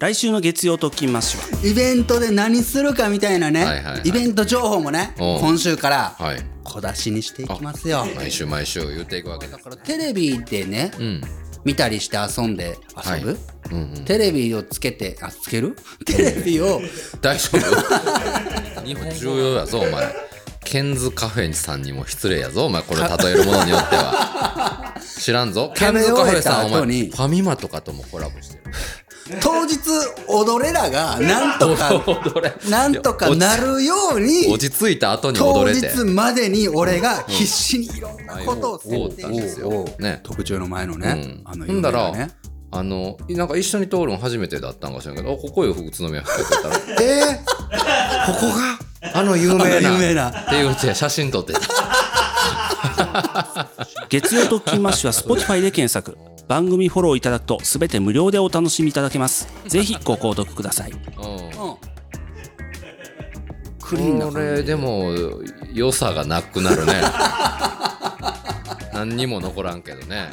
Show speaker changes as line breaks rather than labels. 来週の月曜特勤マッシュは
イベントで何するかみたいなね、
はいはいはい
イベント情報もね
おう
今週から
はい
小出しにしていきますよ
毎週毎週言っていくわけだ
だからテレビでね、
うん
見たりして遊んで遊ぶ、
はいうんうん
テレビをつけてあつけるテレビを
大 丈夫日本重要やぞお前ケンズカフェさんにも失礼やぞお前これ例えるものによっては知ら んぞケ
食
ン
べ
ズカフ
終え
ェさ
た
んお前
後
フ
に
ァミマとかともコラボしてる
当日踊れらがなんとかなんとかなるように
落ち着いた後に
当
踊れて
日までに俺が必死にいろんなことを設定
うん
して
おうおうおうね
特注の前の
う
ね
ん、
あの
ほんだら、あのなんか一緒に討論初めてだったんか知らんけどあここよ宇都宮吹って言ったらえー、ここ があの有名な
あ の有名な
っていううちで写真撮って
月曜特勤マッシュは Spotify で検索番組フォローいただくと全て無料でお楽しみいただけますぜひご購読ください
うん
うんクリーンな
こ
感
れでも 良さがなくなるね何にも残らんけどね